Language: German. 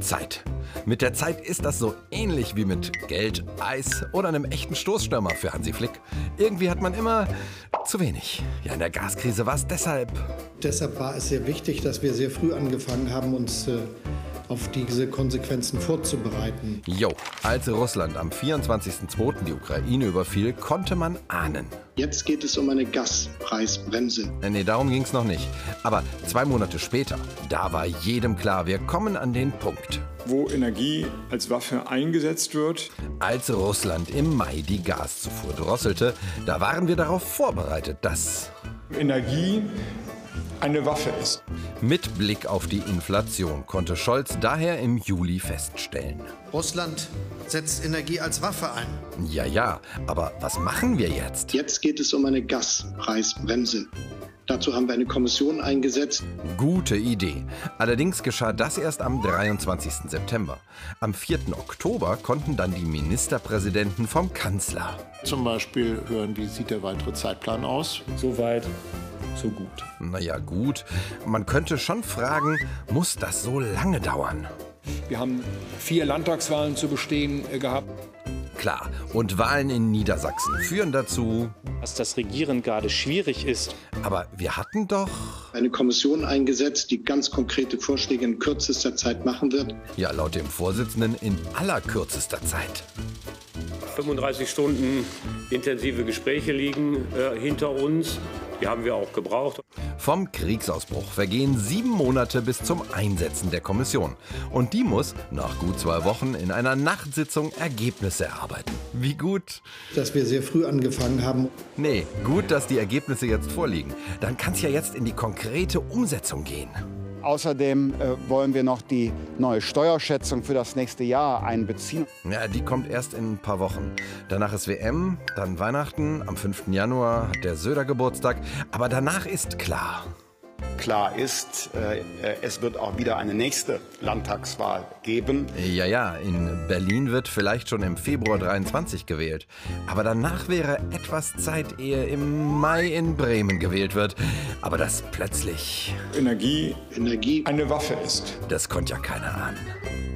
Zeit. Mit der Zeit ist das so ähnlich wie mit Geld, Eis oder einem echten Stoßstürmer für Hansi Flick. Irgendwie hat man immer zu wenig. Ja, in der Gaskrise war es deshalb. Deshalb war es sehr wichtig, dass wir sehr früh angefangen haben, uns äh, auf diese Konsequenzen vorzubereiten. Jo, als Russland am 24.02. die Ukraine überfiel, konnte man ahnen. Jetzt geht es um eine Gaspreisbremse. Äh, Nee, darum ging's noch nicht. Aber zwei Monate später, da war jedem klar, wir kommen an den Punkt. wo Energie als Waffe eingesetzt wird. Als Russland im Mai die Gaszufuhr drosselte, da waren wir darauf vorbereitet, dass Energie eine Waffe ist. mit Blick auf die Inflation konnte Scholz daher im Juli feststellen. Russland setzt Energie als Waffe ein. Ja, ja, aber was machen wir jetzt? Jetzt geht es um eine Gaspreisbremse. Dazu haben wir eine Kommission eingesetzt. Gute Idee. Allerdings geschah das erst am 23. September. Am 4. Oktober konnten dann die Ministerpräsidenten vom Kanzler. Zum Beispiel hören, wie sieht der weitere Zeitplan aus? Soweit, so gut. Naja gut, man könnte schon fragen, muss das so lange dauern? Wir haben vier Landtagswahlen zu bestehen äh, gehabt. Klar, und Wahlen in Niedersachsen führen dazu. Dass das Regieren gerade schwierig ist, Aber wir hatten doch. Eine Kommission eingesetzt, die ganz konkrete Vorschläge in kürzester Zeit machen wird. Ja, laut dem Vorsitzenden in allerkürzester Zeit. 35 Stunden intensive Gespräche liegen äh, hinter uns. Die haben wir auch gebraucht. Vom Kriegsausbruch vergehen sieben Monate bis zum Einsetzen der Kommission. Und die muss nach gut zwei Wochen in einer Nachtsitzung Ergebnisse erarbeiten. Wie gut? Dass wir sehr früh angefangen haben, Nee, gut, dass die Ergebnisse jetzt vorliegen. Dann kann es ja jetzt in die konkrete Umsetzung gehen. Außerdem äh, wollen wir noch die neue Steuerschätzung für das nächste Jahr einbeziehen. Ja, die kommt erst in ein paar Wochen. Danach ist WM, dann Weihnachten, am 5. Januar hat der Söder Geburtstag. Aber danach ist klar. Klar ist, äh, es wird auch wieder eine nächste Landtagswahl geben. Ja, ja, in Berlin wird vielleicht schon im Februar 23 gewählt. Aber danach wäre etwas Zeit, ehe im Mai in Bremen gewählt wird. Aber das plötzlich, Energie Energie eine Waffe ist. das konnte ja keiner ahnen.